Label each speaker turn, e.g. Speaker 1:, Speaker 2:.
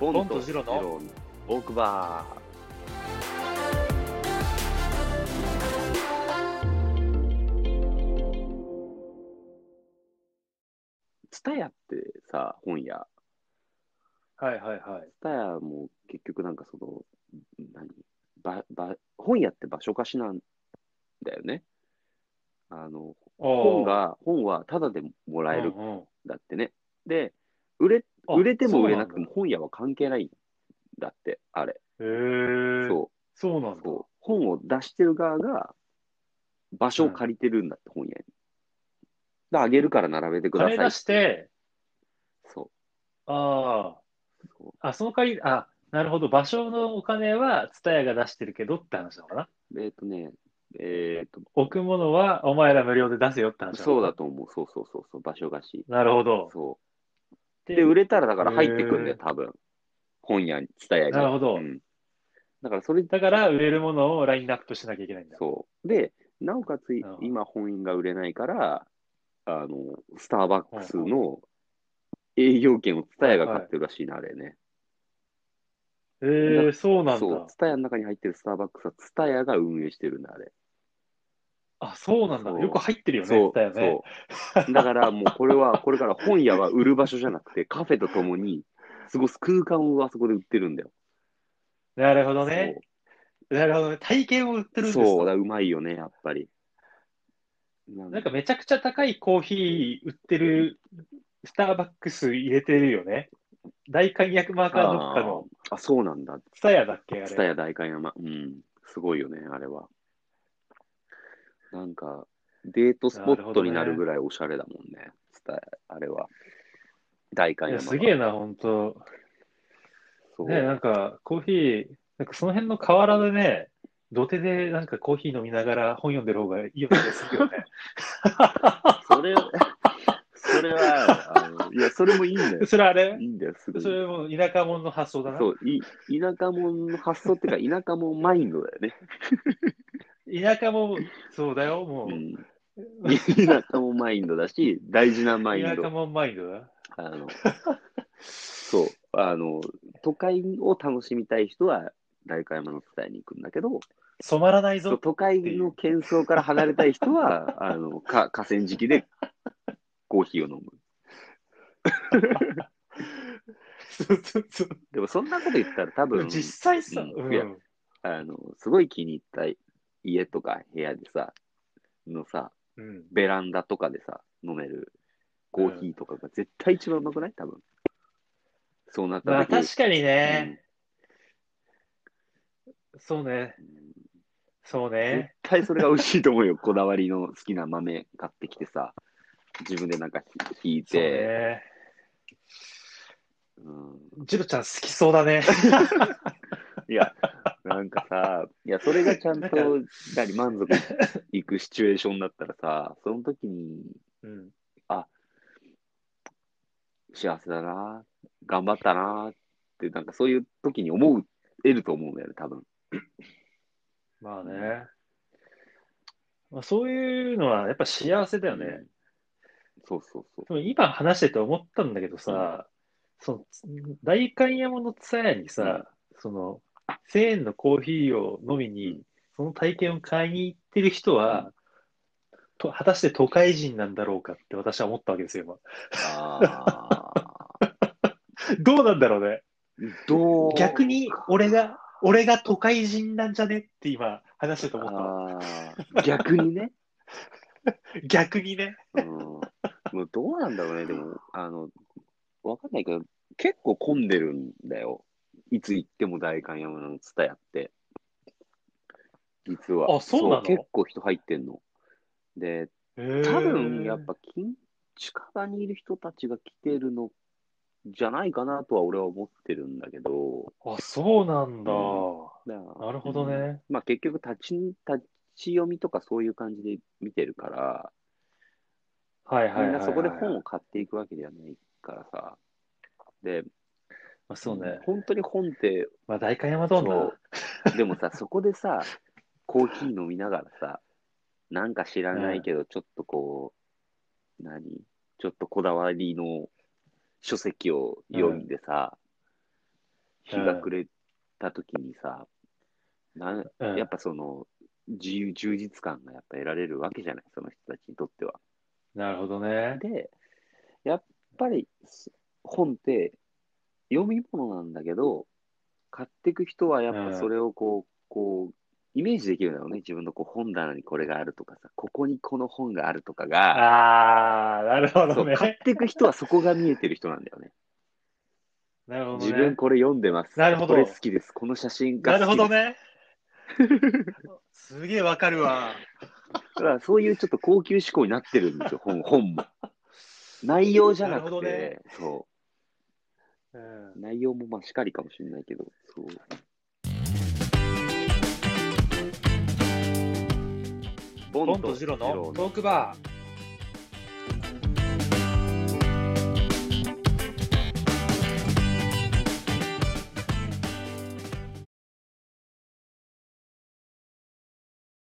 Speaker 1: ボ
Speaker 2: ボ
Speaker 1: ン
Speaker 2: ン
Speaker 1: と
Speaker 2: と
Speaker 1: ジ
Speaker 2: ジ
Speaker 1: ロ
Speaker 2: ロ
Speaker 1: ー
Speaker 2: の
Speaker 1: のオークバー。ツタヤってさ、本屋。
Speaker 2: はいはいはい。
Speaker 1: ツタヤも結局なんかその、何ばば本屋って場所貸しなんだよね。あの、本が、本はタダでもらえるん
Speaker 2: うんうん
Speaker 1: だってね。で、売れ、
Speaker 2: あ
Speaker 1: 売れても売れなくても
Speaker 2: そ
Speaker 1: 本屋は関係ないんだって、あれ。
Speaker 2: うなんだへえ。
Speaker 1: そう。
Speaker 2: そうなんだ。
Speaker 1: そう本を出してる側が場所を借りてるんだって、本屋に。だあげるから並べてください。
Speaker 2: 金出して、
Speaker 1: そ
Speaker 2: あ
Speaker 1: うそ
Speaker 2: あ、あ、その代わり、あ、なるほど、場所のお金は、ツタヤが出してるけどって話なのかな。
Speaker 1: う。えっ、とね、えっ、
Speaker 2: 置くものは、お前ら無料で出せよって話
Speaker 1: と、
Speaker 2: なの
Speaker 1: そうだと思う。そうそうそうそう、場所貸し。
Speaker 2: なるほど。
Speaker 1: そ
Speaker 2: で
Speaker 1: う。で、売れたらだから入ってくんだ
Speaker 2: へ
Speaker 1: よ
Speaker 2: ー、
Speaker 1: 多分。本屋に、蔦屋に。
Speaker 2: なるほど
Speaker 1: うんだからそれ、
Speaker 2: だから、売れるものをラインナップしなきゃいけないんだ。
Speaker 1: そう。で、なおかつい
Speaker 2: なるほど
Speaker 1: 今本が売れないから、あの、スターバックスの営業権を蔦屋が買ってるらしいな、あれね。
Speaker 2: えー、そうなん
Speaker 1: そう
Speaker 2: だ、。
Speaker 1: ツタヤの中に入ってるスターバックスはツタヤが運営してるんだ、あれ。
Speaker 2: あ、そうなんだ。
Speaker 1: そう
Speaker 2: よく入ってるよ
Speaker 1: そ
Speaker 2: ね、
Speaker 1: う
Speaker 2: ツタヤね。
Speaker 1: そう。だからもうこれは、これから本屋は売る場所じゃなくて、 カフェとともに過ごす空間をあそこで売ってるんだよ。
Speaker 2: なるほどね。なるほどね。体験を売ってるんです
Speaker 1: そう、
Speaker 2: よ
Speaker 1: そうだうまいよね、やっぱり。なん
Speaker 2: なんかめちゃくちゃ高いコーヒー売ってる、スターバックス入れてるよね。大観脈マーカーどっかの、
Speaker 1: あ、そうなんだ。
Speaker 2: ツタヤだっけ、あ
Speaker 1: ツタ
Speaker 2: れ。
Speaker 1: ヤ代官山。うん。すごいよね、あれは。なんか、デートスポットになるぐらいおしゃれだもんね、ツタヤ、あれは。代官
Speaker 2: いや
Speaker 1: 山は。
Speaker 2: すげえな、ほんと。
Speaker 1: そう
Speaker 2: ね、なんかコーヒー、なんかその辺の河原でね、土手でなんかコーヒー飲みながら本読んでる方がいいような気がするよね。
Speaker 1: それ、それは、あのいや、それもいいんだよ。
Speaker 2: それあれ
Speaker 1: いいんだよ、すごい。
Speaker 2: それも田舎者の発想だな
Speaker 1: そ。う、い田舎者の発想っていうか、田舎者マインドだよね。
Speaker 2: 田舎も、そうだよ、もう
Speaker 1: う。ん、田舎者マインドだし、大事なマイン
Speaker 2: 田舎
Speaker 1: ド。
Speaker 2: もマインドだ。
Speaker 1: あのそうあの、都会を楽しみたい人は、代官山の伝えに行くんだけど、
Speaker 2: 染まらない
Speaker 1: そう
Speaker 2: ぞ。
Speaker 1: 都会の喧騒から離れたい人は、あのか河川敷でコーヒーを飲む。
Speaker 2: そうそうそう
Speaker 1: でも、そんなこと言ったら、多分
Speaker 2: 実際さ、
Speaker 1: うん
Speaker 2: うん
Speaker 1: いやあの、すごい気に入った家とか部屋でさ、のさ、
Speaker 2: うん
Speaker 1: ベランダとかでさ、飲めるコーヒーとかが絶対一番うまくない多分。そうなった
Speaker 2: まあ
Speaker 1: 時
Speaker 2: 確かにね、そうね、
Speaker 1: うん
Speaker 2: そう
Speaker 1: 絶
Speaker 2: ね。
Speaker 1: 対それが美味しいと思うよ。こだわりの好きな豆買ってきてさ、自分でなんかひひい
Speaker 2: そ
Speaker 1: て、
Speaker 2: うね。
Speaker 1: うん。
Speaker 2: ジロちゃん好きそう だね。
Speaker 1: いや、なんかさ、いや、それがちゃんと
Speaker 2: な
Speaker 1: 何満足いくシチュエーションだったらさ、その時に
Speaker 2: うん
Speaker 1: 幸せだな、頑張ったなって、なんかそういう時に思う、得ると思うんだよね、多分。
Speaker 2: まあね。まあ、そういうのはやっぱ幸せだよね。
Speaker 1: うん。そうそう そう。
Speaker 2: でも今話してて思ったんだけどさ、その代官山のツヤにさ、その1000円のコーヒーを飲みに、その体験を買いに行ってる人は、と果たして都会人なんだろうかって私は思ったわけですよ、今。
Speaker 1: ああ。
Speaker 2: どうなんだろうね。
Speaker 1: どう
Speaker 2: 逆に俺が、俺が都会人なんじゃねって今話してて思ったわ。
Speaker 1: あー逆にね。
Speaker 2: 逆にね。
Speaker 1: うん。もうどうなんだろうね、でも、あの、わかんないけど、結構混んでるんだよ。いつ行っても代官山の蔦屋って。実は。
Speaker 2: あそうなの
Speaker 1: 結構人入ってんの。で、多分やっぱ近近場にいる人たちが来てるのじゃないかなとは俺は思ってるんだけど、
Speaker 2: あ、そうなんだ。
Speaker 1: だから
Speaker 2: なるほどね。
Speaker 1: うんまあ結局立ち、立ち読みとかそういう感じで見てるから、
Speaker 2: はいはいはいはい、
Speaker 1: みんなそこで本を買っていくわけではないからさ。で、
Speaker 2: まあ、そうね。
Speaker 1: 本当に本って、
Speaker 2: まあ、代官山どんな。
Speaker 1: そうでもさ、そこでさ、コーヒー飲みながらさ、なんか知らないけど、ちょっとこう、何ちょっとこだわりの書籍を読んでさ、日が暮れた時にさ、なん
Speaker 2: うん
Speaker 1: やっぱその、自由、充実感がやっぱ得られるわけじゃない、その人たちにとっては。
Speaker 2: なるほどね。
Speaker 1: で、やっぱりす本って読み物なんだけど、買っていく人はやっぱそれをこう、こう、イメージできるんだろうね。自分のこう本棚にこれがあるとかさ、ここにこの本があるとかが、
Speaker 2: ああ、なるほ
Speaker 1: そ
Speaker 2: ど
Speaker 1: う買っ
Speaker 2: ね。
Speaker 1: ていく人はそこが見えてる人なんだよね。
Speaker 2: なるほどね。
Speaker 1: 自分これ読んでます。
Speaker 2: なるほど
Speaker 1: これ好きです。この写真が
Speaker 2: な
Speaker 1: 好き
Speaker 2: る
Speaker 1: です。
Speaker 2: ほ どね。すげえわかるわ。
Speaker 1: だからそういうちょっと高級志向になってるんですよ、本本 も。内容じゃなく
Speaker 2: なるほど
Speaker 1: て、
Speaker 2: ね
Speaker 1: そ
Speaker 2: う
Speaker 1: う。
Speaker 2: ん
Speaker 1: 内容もまあしかりかもしれないけど、そう。ボ
Speaker 2: ボンとジローのトークバー。